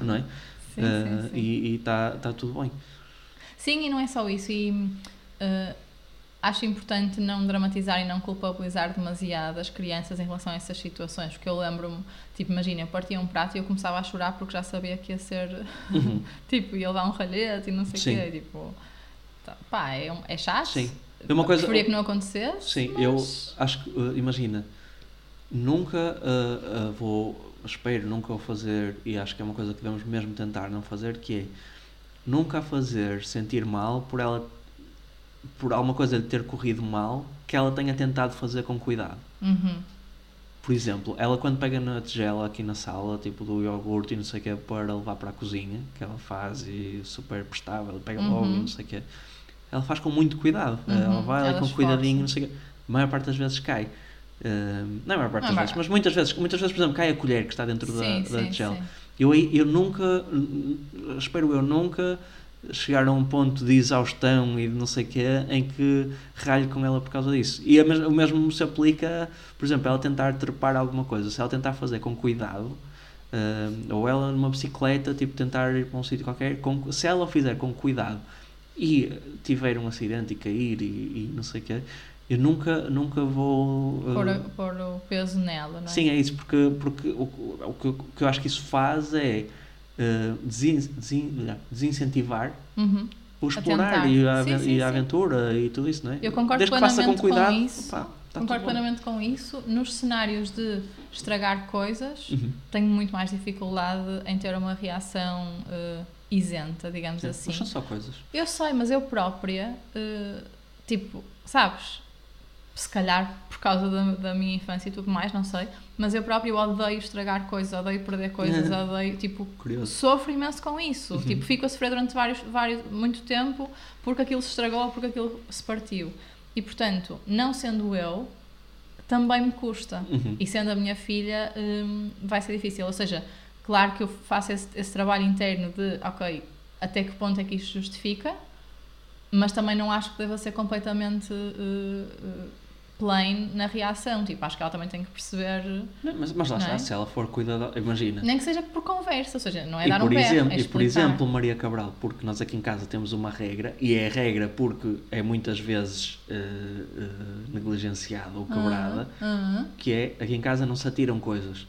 S1: não é?
S2: Sim,
S1: Ah,
S2: sim, sim.
S1: E está tudo bem.
S2: Sim, e não é só isso. E eh, acho importante não dramatizar e não culpabilizar demasiado as crianças em relação a essas situações. Porque eu lembro-me, tipo, imagina, eu partia um prato e eu começava a chorar porque já sabia que ia ser.
S1: Uhum.
S2: (laughs) tipo, ia levar um ralhete e não sei o
S1: Sim.
S2: quê. Tipo, tá- pá, é, um- é chato.
S1: Sim. É uma coisa-
S2: preferia que não acontecesse.
S1: Sim,
S2: mas...
S1: eu acho que, uh, imagina, nunca uh, uh, vou, espero nunca o fazer, e acho que é uma coisa que devemos mesmo tentar não fazer, que é nunca a fazer sentir mal por ela, por alguma coisa de ter corrido mal, que ela tenha tentado fazer com cuidado.
S2: Uhum.
S1: Por exemplo, ela quando pega na tigela aqui na sala, tipo do iogurte e não sei o que, para levar para a cozinha, que ela faz e super prestável, pega logo
S2: Uhum.
S1: e não sei o que, ela faz com muito cuidado.
S2: Uhum,
S1: Ela vai
S2: ela
S1: ali com
S2: esforça.
S1: cuidadinho, não sei o que. A maior parte das vezes cai. Ahm, não é a maior parte
S2: Não,
S1: das
S2: vai-
S1: vezes, mas muitas vezes, muitas vezes, por exemplo, cai a colher que está dentro da,
S2: sim,
S1: da
S2: sim,
S1: tigela.
S2: sim.
S1: Eu, aí- eu nunca, n- n- espero eu nunca chegar a um ponto de exaustão e de não sei o quê em que ralho com ela por causa disso. E a mes- o mesmo se aplica, por exemplo, ela tentar trepar alguma coisa, se ela tentar fazer com cuidado, hum, ou ela numa bicicleta, tipo tentar ir para um sítio qualquer, com- se ela o fizer com cuidado e tiver um acidente e cair e, e não sei o quê, eu nunca, nunca vou... hum,
S2: Pôr, a- pôr o peso nela, não é?
S1: Sim, é isso, porque, porque o, o, que, o que eu acho que isso faz é eh, desin, desin, olha, desincentivar
S2: Uhum.
S1: o explorar
S2: tentar.
S1: e a,
S2: Sim,
S1: ave-
S2: sim,
S1: e a
S2: sim.
S1: aventura e tudo isso, não é?
S2: Eu concordo
S1: Desde que faça com
S2: plenamente com
S1: cuidado,
S2: isso.
S1: opá, está
S2: Concordo
S1: tudo bom.
S2: plenamente com isso. Nos cenários de estragar coisas,
S1: Uhum.
S2: tenho muito mais dificuldade em ter uma reação eh, isenta, digamos
S1: Sim,
S2: assim.
S1: Mas são só coisas.
S2: Eu sei, mas eu própria, eh, tipo, sabes? Se calhar por causa da, da minha infância e tudo mais, não sei. Mas eu própria eu odeio estragar coisas, odeio perder coisas, odeio, tipo,
S1: Curioso.
S2: sofro imenso com isso. Tipo, fico a sofrer durante vários, vários, muito tempo porque aquilo se estragou ou porque aquilo se partiu. E portanto, não sendo eu, também me custa.
S1: Uhum.
S2: E sendo a minha filha, hum, vai ser difícil. Ou seja, claro que eu faço esse, esse trabalho interno de, ok, até que ponto é que isto justifica, mas também não acho que deva ser completamente uh, uh, plain na reação. Tipo, acho que ela também tem que perceber,
S1: Não, mas, mas lá
S2: Não
S1: está,
S2: é?
S1: se ela for cuidadosa, imagina.
S2: nem que seja por conversa, ou seja, não é
S1: E
S2: dar
S1: por,
S2: um berro,
S1: exemplo,
S2: é
S1: e por
S2: explicar.
S1: exemplo, Maria Cabral, porque nós aqui em casa temos uma regra, e é regra porque é muitas vezes eh, eh, negligenciada ou quebrada,
S2: Ah, ah.
S1: que é aqui em casa não se atiram coisas.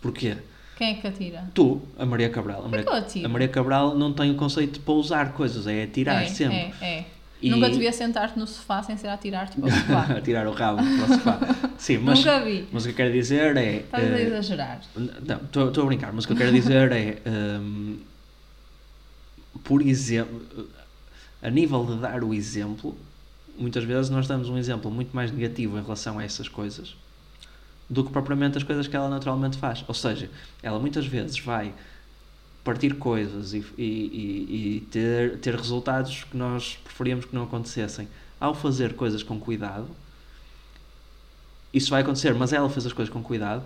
S1: Porquê?
S2: Quem é que atira?
S1: Tu, a Maria Cabral. A
S2: Quem é
S1: Maria,
S2: que eu atiro?
S1: a Maria Cabral não tem o conceito de pousar coisas, é atirar
S2: é,
S1: sempre.
S2: É, é.
S1: E-
S2: Nunca devia sentar-te no sofá sem ser a
S1: (laughs)
S2: atirar tipo ao sofá.
S1: atirar o rabo para o sofá. Sim, mas,
S2: Nunca vi.
S1: mas o que eu quero dizer é.
S2: Estás a
S1: eh,
S2: exagerar.
S1: não, estou estou a brincar, mas o que eu quero dizer é. hum, por exemplo. A nível de dar o exemplo, muitas vezes nós damos um exemplo muito mais negativo em relação a essas coisas do que propriamente as coisas que ela naturalmente faz. Ou seja, ela muitas vezes vai partir coisas e, e- e- e ter, ter resultados que nós preferíamos que não acontecessem. Ao fazer coisas com cuidado, isso vai acontecer, mas ela fez as coisas com cuidado.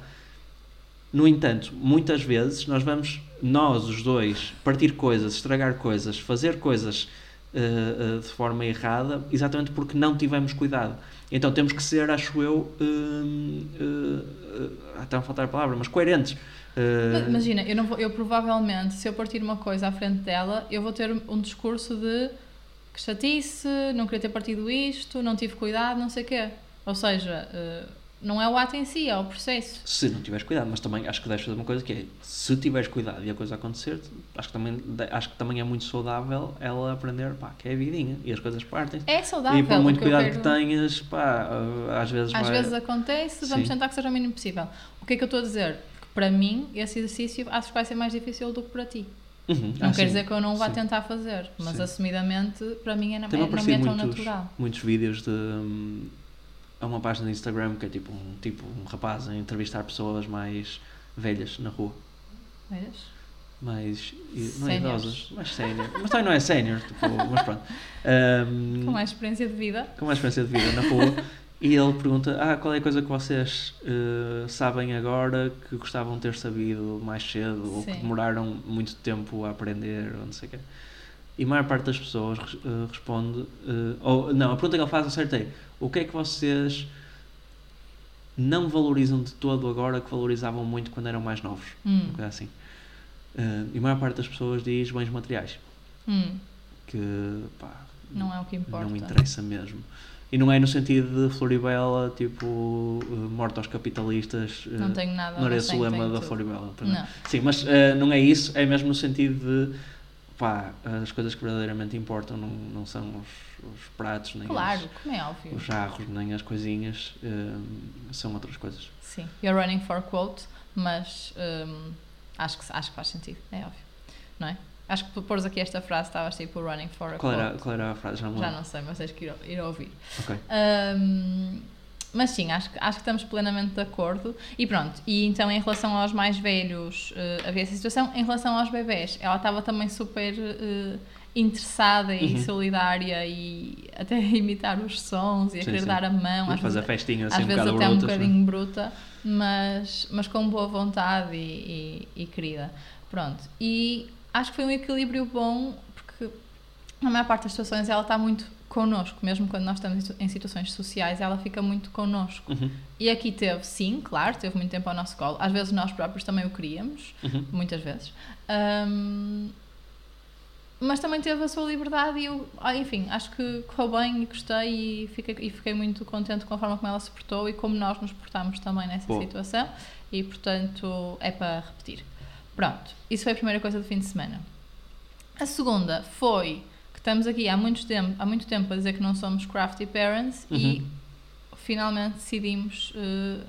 S1: No entanto, muitas vezes nós vamos, nós os dois, partir coisas, estragar coisas, fazer coisas eh, eh, de forma errada, exatamente porque não tivemos cuidado. Então temos que ser, acho eu, hum, eh, eh, até me faltar a palavra, mas coerentes. Eh,
S2: Mas Imagina, eu, não vou- eu provavelmente, se eu partir uma coisa à frente dela, eu vou ter um discurso de que chatice, não queria ter partido isto, não tive cuidado, não sei o quê. Ou seja, eh, não é o ato em si, é o processo.
S1: Se não tiveres cuidado, mas também acho que deves fazer uma coisa que é, se tiveres cuidado e a coisa acontecer, acho que também, acho que também é muito saudável ela aprender, pá, que é a vidinha e as coisas partem.
S2: É saudável.
S1: e por muito
S2: o que eu
S1: cuidado
S2: quero-
S1: que tenhas, pá, eh, às vezes
S2: Às
S1: vai...
S2: vezes acontece, vamos
S1: Sim.
S2: tentar que seja o mínimo possível. O que é que eu estou a dizer? Que para mim, esse exercício acho que vai ser mais difícil do que para ti.
S1: Uhum, ah,
S2: Não quer
S1: sim,
S2: dizer que eu não o vá
S1: sim.
S2: tentar fazer, mas
S1: Sim.
S2: assumidamente, para mim, é, na-
S1: Tem-me
S2: é- não me é
S1: aparecido
S2: tão
S1: muitos,
S2: natural.
S1: muitos vídeos de. hum, Há uma página no Instagram que é tipo um, tipo um rapaz a entrevistar pessoas mais velhas na rua.
S2: Vês?
S1: Mais. e- Não é
S2: Séniores.
S1: idosas, mais sénior. mas também não é sénior, tipo, mas
S2: (laughs)
S1: pronto. Hum,
S2: Com mais experiência de vida.
S1: com mais experiência de vida na rua. E ele pergunta: Ah, qual é a coisa que vocês eh, sabem agora que gostavam de ter sabido mais cedo ou que
S2: Sim.
S1: demoraram muito tempo a aprender ou não sei o quê? E a maior parte das pessoas res- eh, responde: eh, ou, Não, a pergunta que ele faz, acertei. O que é que vocês não valorizam de todo agora que valorizavam muito quando eram mais novos?
S2: Hum,
S1: Uma coisa assim. Eh, e a maior parte das pessoas diz bens materiais.
S2: hum,
S1: Que, pá,
S2: não é o que importa.
S1: não me interessa mesmo. E não é no sentido de Floribela, tipo, eh, morte aos capitalistas. eh,
S2: Não tenho nada
S1: não era
S2: mas
S1: esse o
S2: tenho-
S1: lema
S2: tenho
S1: da
S2: tudo.
S1: Floribela. para mim.
S2: Não.
S1: Sim, mas eh, não é isso, é mesmo no sentido de pá, as coisas que verdadeiramente importam não, não são os, os pratos, nem
S2: Claro, como é óbvio.
S1: os, os jarros, nem as coisinhas, hum, são outras coisas.
S2: Sim, you're running for quote, mas hum, acho, que, acho que faz sentido, é óbvio, não é? Acho que por pôres aqui esta frase estavas tipo running for a
S1: Qual
S2: quote.
S1: era, qual era a frase? Já não
S2: Já
S1: lembro.
S2: não sei, mas tens que ir, ir ouvir.
S1: Ok.
S2: Hum, mas sim, acho que, acho que estamos plenamente de acordo. E pronto, e então em relação aos mais velhos eh, havia essa situação. Em relação aos bebés, ela estava também super eh, interessada e
S1: Uhum.
S2: solidária e até (laughs) a imitar os sons e a
S1: Sim,
S2: querer
S1: sim.
S2: dar a mão.
S1: E
S2: Às
S1: faz
S2: vezes,
S1: a festinha assim
S2: às
S1: um
S2: vezes
S1: bocado
S2: até um
S1: brutas, não é?
S2: bocadinho bruta, mas, mas com boa vontade e, e, e querida. Pronto, e acho que foi um equilíbrio bom, porque na maior parte das situações ela está muito connosco, mesmo quando nós estamos em situ- em situações sociais, ela fica muito connosco.
S1: Uhum,
S2: E aqui teve, sim, claro, teve muito tempo ao nosso colo. Às vezes nós próprios também o queríamos,
S1: uhum.
S2: muitas vezes. Ahm, mas também teve a sua liberdade e eu, ah, enfim, acho que correu bem e gostei e fiquei, e fiquei muito contente com a forma como ela se portou e como nós nos portámos também nessa
S1: Bom.
S2: situação e portanto é para repetir. Pronto, isso foi a primeira coisa do fim de semana. A segunda foi que estamos aqui há muito tempo, há muito tempo a dizer que não somos crafty parents e
S1: Uhum.
S2: finalmente decidimos eh,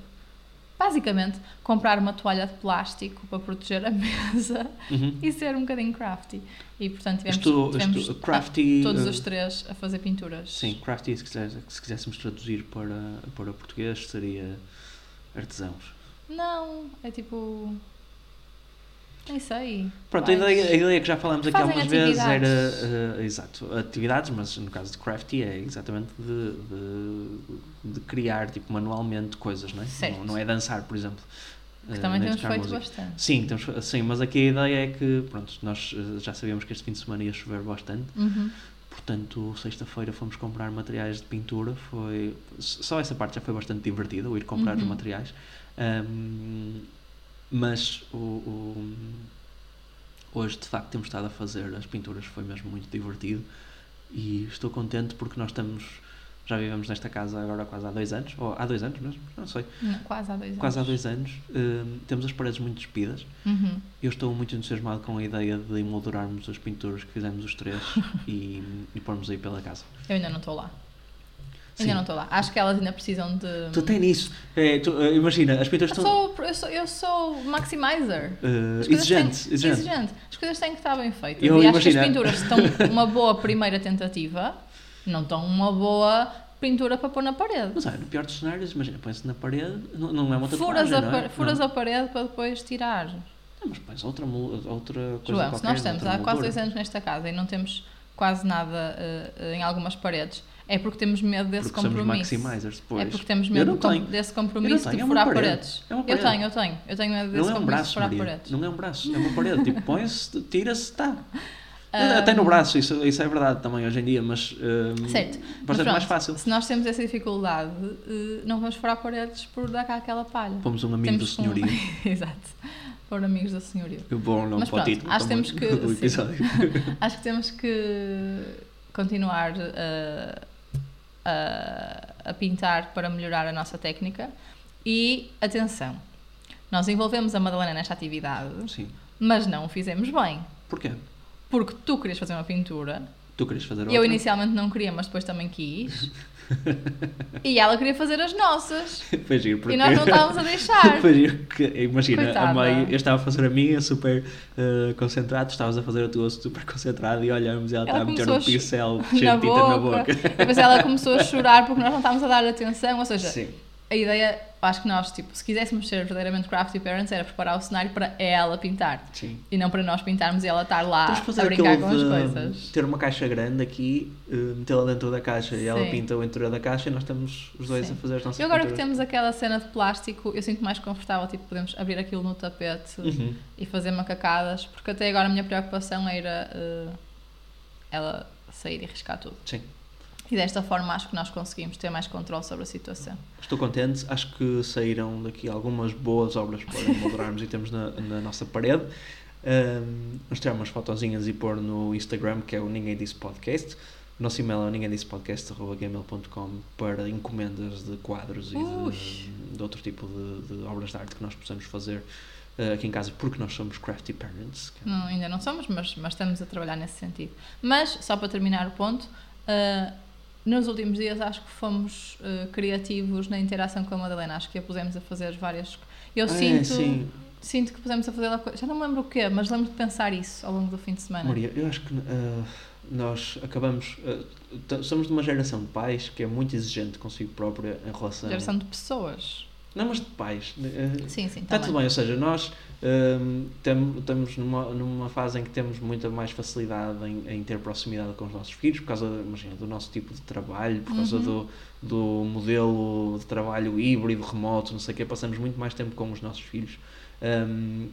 S2: basicamente comprar uma toalha de plástico para proteger a (laughs) mesa
S1: Uhum.
S2: e ser um bocadinho crafty. E portanto tivemos,
S1: Isto,
S2: tivemos
S1: isto, crafty,
S2: todos
S1: uh,
S2: os três a fazer pinturas.
S1: Sim, crafty, se, quiser, se quiséssemos traduzir para, para português, seria artesãos.
S2: Não, é tipo. Nem sei.
S1: Pronto, a
S2: Vais.
S1: ideia, a ideia que já falámos aqui
S2: Fazem
S1: algumas vezes era.
S2: atividades.
S1: eh, exato, atividades, mas no caso de crafty é exatamente de, de, de criar tipo, manualmente coisas, não é?
S2: Certo.
S1: Não, não é dançar, por exemplo.
S2: Que
S1: eh,
S2: também
S1: nem
S2: temos
S1: tocar
S2: feito
S1: música.
S2: bastante.
S1: Sim, temos, sim, mas aqui a ideia é que pronto, nós eh, já sabíamos que este fim de semana ia chover bastante.
S2: Uhum.
S1: Portanto, sexta-feira fomos comprar materiais de pintura. Foi só essa parte já foi bastante divertida, o ir comprar os
S2: Uhum.
S1: materiais. Ahm, mas o, o- hoje de facto temos estado a fazer as pinturas. Foi mesmo muito divertido e estou contente porque nós estamos já vivemos nesta casa agora quase há dois anos ou há dois anos mesmo, não sei,
S2: Não, quase há dois anos.
S1: quase há dois anos. Ahm, temos as paredes muito despidas.
S2: Uhum.
S1: Eu estou muito entusiasmado com a ideia de emoldurarmos as pinturas que fizemos os
S2: (laughs)
S1: três e, e pormos aí pela casa.
S2: Eu ainda não estou lá.
S1: Sim.
S2: Ainda não estou lá. Acho que elas ainda precisam de.
S1: Tu tens nisso. É, tu, eh, imagina, as pinturas
S2: Eu
S1: estão
S2: sou, eu sou, eu sou maximizer.
S1: eh,
S2: As coisas
S1: exigentes.
S2: têm-
S1: exigentes.
S2: exigente. As coisas têm que estar bem feitas.
S1: Eu
S2: e acho que as
S1: imagino. é.
S2: pinturas estão
S1: (laughs)
S2: uma boa primeira tentativa, não estão uma boa pintura para pôr na parede.
S1: Mas olha, no pior dos cenários, imagina, põe-se na parede, não, não é uma tatuagem,
S2: Furas, a,
S1: não é?
S2: pa- furas
S1: não.
S2: a parede para depois tirar.
S1: Não, mas pões outra, mol- outra coisa
S2: João,
S1: qualquer.
S2: se nós estamos
S1: outra
S2: há quase
S1: moldura.
S2: dois anos nesta casa e não temos quase nada eh, eh, em algumas paredes, é porque temos medo desse
S1: Porque somos
S2: compromisso.
S1: maximizers
S2: é
S1: depois.
S2: porque temos
S1: Eu
S2: medo
S1: não
S2: do com-
S1: tenho.
S2: desse compromisso
S1: Eu não tenho,
S2: de
S1: é uma
S2: furar
S1: parede.
S2: paredes.
S1: É uma
S2: eu
S1: parede.
S2: tenho, eu tenho. Eu tenho medo desse
S1: Não é um
S2: compromisso de
S1: braço,
S2: furar
S1: Maria.
S2: paredes.
S1: Não é um braço, é uma parede.
S2: (laughs)
S1: tipo, põe-se, tira-se, está.
S2: Ah,
S1: Até no braço, isso, isso é verdade também hoje em dia, mas eh,
S2: Certo. Mas
S1: bastante mais
S2: pronto,
S1: fácil.
S2: Se nós temos essa dificuldade, eh, não vamos furar paredes por dar cá aquela palha.
S1: Pomos um amigo
S2: Temos
S1: do senhorio.
S2: Um... (laughs) Exato. Por amigos do senhorio.
S1: Que Bom, não
S2: Mas
S1: para o
S2: pronto,
S1: título
S2: acho que
S1: também
S2: temos que-
S1: do
S2: sim.
S1: episódio.
S2: Acho que temos que continuar eh, a, a pintar para melhorar a nossa técnica. E atenção, nós envolvemos a Madalena nesta atividade,
S1: (laughs) Sim.
S2: mas não o fizemos bem.
S1: Porquê?
S2: Porque tu querias fazer uma pintura
S1: Tu querias fazer
S2: Eu
S1: outra?
S2: inicialmente não queria, mas depois também quis. e ela queria fazer as nossas.
S1: (laughs) Foi giro, porque...
S2: E nós não estávamos a deixar.
S1: (laughs) Foi giro, porque imagina,
S2: Coitada.
S1: a mãe, eu estava a fazer a minha super eh, concentrado, tu estavas a fazer a tua super concentrada e olhamos e ela,
S2: Ela
S1: está a meter
S2: começou
S1: um
S2: a chu-
S1: pincel
S2: (laughs) na
S1: chantita
S2: boca.
S1: na boca.
S2: Depois ela começou a chorar porque nós não estávamos a dar atenção. Ou seja,
S1: Sim,
S2: a ideia, acho que nós, tipo, se quiséssemos ser verdadeiramente crafty parents, era preparar o cenário para ela pintar.
S1: sim.
S2: E não para nós pintarmos e ela estar lá
S1: Temos de Então, fazer
S2: Ah, a brincar
S1: aquilo
S2: com as
S1: de
S2: coisas.
S1: ter uma caixa grande aqui, eh, metê-la dentro da caixa e ela
S2: Sim.
S1: pinta o interior da caixa e nós estamos os dois
S2: Sim.
S1: a fazer as nossas
S2: E agora que
S1: pinturas.
S2: temos aquela cena de plástico, eu sinto mais confortável, tipo, podemos abrir aquilo no tapete.
S1: Uhum.
S2: e fazer macacadas, porque até agora a minha preocupação era eh, ela sair e riscar tudo.
S1: Sim.
S2: E desta forma acho que nós conseguimos ter mais controle sobre a situação.
S1: Estou contente, acho que saíram daqui algumas boas obras
S2: (laughs)
S1: para moldurarmos e temos na, na nossa parede. Ahm, vamos tirar umas fotozinhas e pôr no Instagram, que é o Ninguém Disse Podcast. O nosso e-mail é o ninguém disse podcast.gmail.com para encomendas de quadros e
S2: Ui.
S1: de, de outro tipo de, de obras de arte que nós possamos fazer eh, aqui em casa, porque nós somos crafty parents. que é-
S2: Não, ainda não somos, mas, mas estamos a trabalhar nesse sentido. Mas, só para terminar o ponto, ah, nos últimos dias acho que fomos ah, criativos na interação com a Madalena. Acho que a pusemos a fazer várias. Eu
S1: Ah,
S2: sinto,
S1: É, sim,
S2: sinto que pusemos a fazer. lá co- Já não me lembro o quê, mas lembro de pensar isso ao longo do fim de semana.
S1: Maria, eu acho que ah, nós acabamos. ah, t- somos de uma geração de pais que é muito exigente consigo própria em relação.
S2: Geração de pessoas.
S1: Não, mas de pais. ah,
S2: Sim, tá sim.
S1: Está
S2: também.
S1: tudo bem, ou seja, nós hum, tam- estamos numa, numa fase em que temos muita mais facilidade em, em ter proximidade com os nossos filhos, por causa imagina, do nosso tipo de trabalho, por causa
S2: Uhum.
S1: do, do modelo de trabalho híbrido, remoto, não sei o quê, passamos muito mais tempo com os nossos filhos. Hum,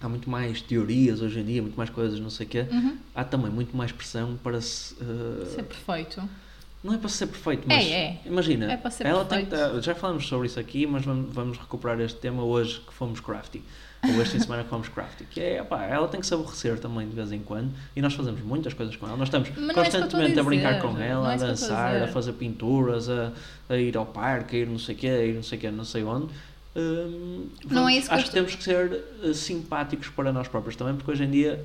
S1: há muito mais teorias hoje em dia, muito mais coisas, não sei o quê.
S2: Uhum.
S1: Há também muito mais pressão para se. uh,
S2: Ser perfeito.
S1: Não é para ser perfeito, mas.
S2: É, é.
S1: Imagina,
S2: É para ser
S1: ela tem
S2: perfeito.
S1: que tá- já falamos sobre isso aqui, mas vamos, vamos recuperar este tema hoje que fomos crafty. Ou este fim de semana que fomos crafty. Que é, pá, ela tem que se aborrecer também de vez em quando. E nós fazemos muitas coisas com ela. Nós estamos
S2: Mas não é isso que eu estou a
S1: constantemente a, brincar
S2: dizer,
S1: com
S2: não
S1: ela,
S2: é
S1: a
S2: isso que eu estou a
S1: dançar, a
S2: dizer.
S1: fazer pinturas, a, a ir ao parque, a ir não sei o quê, a ir não sei o quê, não sei onde. Hum,
S2: Não é isso que eu
S1: acho que
S2: estou-
S1: temos que ser eh, simpáticos para nós próprios também, porque hoje em dia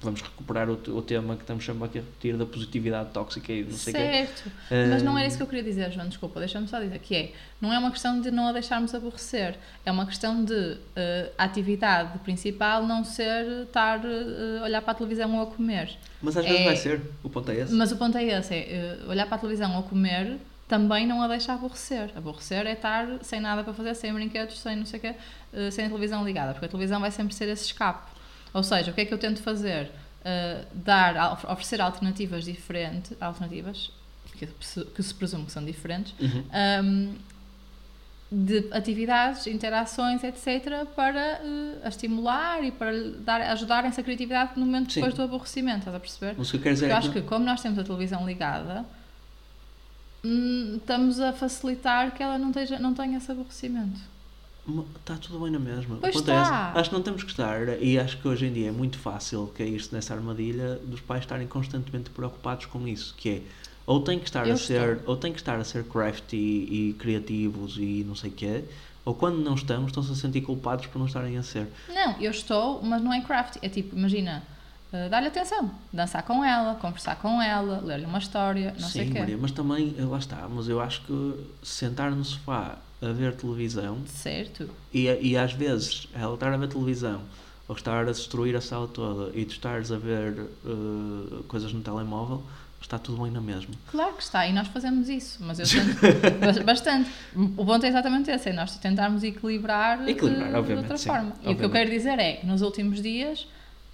S1: vamos recuperar o, te- o tema que estamos sempre aqui a repetir da positividade tóxica e não sei o quê.
S2: Certo. Mas não era isso que eu queria dizer, João, desculpa, deixa-me só dizer, que é, não é uma questão de não a deixarmos aborrecer, é uma questão de eh, a atividade principal não ser estar eh, a olhar para a televisão ou a comer.
S1: Mas às vezes
S2: É-
S1: vai ser, o ponto é esse.
S2: Mas o ponto é esse, é eh, olhar para a televisão ou comer também não a deixa aborrecer. Aborrecer é estar sem nada para fazer, sem brinquedos, sem não sei o quê, eh, sem a televisão ligada, porque a televisão vai sempre ser esse escape. Ou seja, o que é que eu tento fazer? Eh, dar, al- oferecer alternativas diferentes, alternativas que, se- que se presume que são diferentes,
S1: Uhum.
S2: um, de atividades, interações, etc., para eh, a estimular e para lhe dar, ajudar essa criatividade no momento
S1: Sim.
S2: depois do aborrecimento, estás a perceber?
S1: Mas o que eu quero dizer
S2: Eu
S1: é
S2: acho
S1: que,
S2: que, como nós temos a televisão ligada, hum, estamos a facilitar que ela não, esteja, não tenha esse aborrecimento.
S1: está tá tudo bem na mesma.
S2: Pois tá.
S1: o ponto é esse.
S2: está.
S1: Acho que não temos que estar, e acho que hoje em dia é muito fácil cair-se nessa armadilha dos pais estarem constantemente preocupados com isso, que é ou tem que estar
S2: Eu
S1: a ser, ou tem que estar a ser crafty e criativos e não sei quê, ou quando não estamos, estão-se a sentir culpados por não estarem a ser.
S2: Não, eu estou, mas não é crafty. É tipo, imagina, eh, dar-lhe atenção, dançar com ela, conversar com ela, ler-lhe uma história, não sei
S1: Sim,
S2: o quê.
S1: Maria, mas também, eh, lá está, mas eu acho que sentar no sofá a ver televisão
S2: Certo.
S1: E, e às vezes, ela estar a ver televisão ou estar a destruir a sala toda e tu estares a ver eh, coisas no telemóvel, está tudo bem na mesma.
S2: Claro que está, e nós fazemos isso,
S1: (laughs)
S2: mas eu tento bas- bastante. O ponto é exatamente esse, é nós tentarmos equilibrar,
S1: Equilibrar,
S2: eh,
S1: obviamente,
S2: de outra
S1: sim,
S2: forma. E o que eu
S1: obviamente.
S2: quero dizer é que nos últimos dias,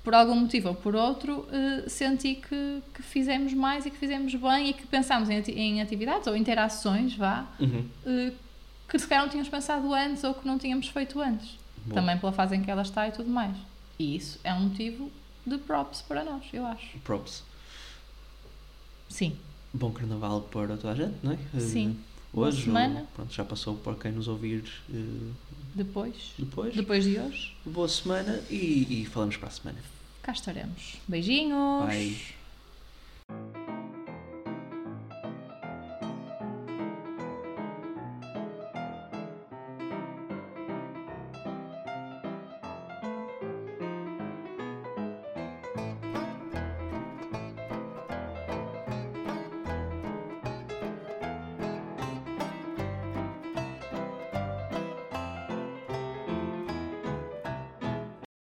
S2: por algum motivo ou por outro, eh, senti que, que fizemos mais e que fizemos bem e que pensámos em, ati- em atividades ou interações, vá,
S1: Uhum.
S2: eh, que se calhar não tínhamos pensado antes ou que não tínhamos feito antes.
S1: Bom,
S2: Também pela fase em que ela está e tudo mais. E isso é um motivo de props para nós, eu acho.
S1: Props.
S2: Sim.
S1: Bom carnaval para toda a gente, não é? Eh,
S2: Sim. Boa
S1: Hoje,
S2: semana.
S1: pronto, já passou para quem nos ouvir eh,
S2: Depois,
S1: depois.
S2: depois de hoje.
S1: Boa semana e, e falamos para a semana.
S2: Cá estaremos. Beijinhos!
S1: Bye.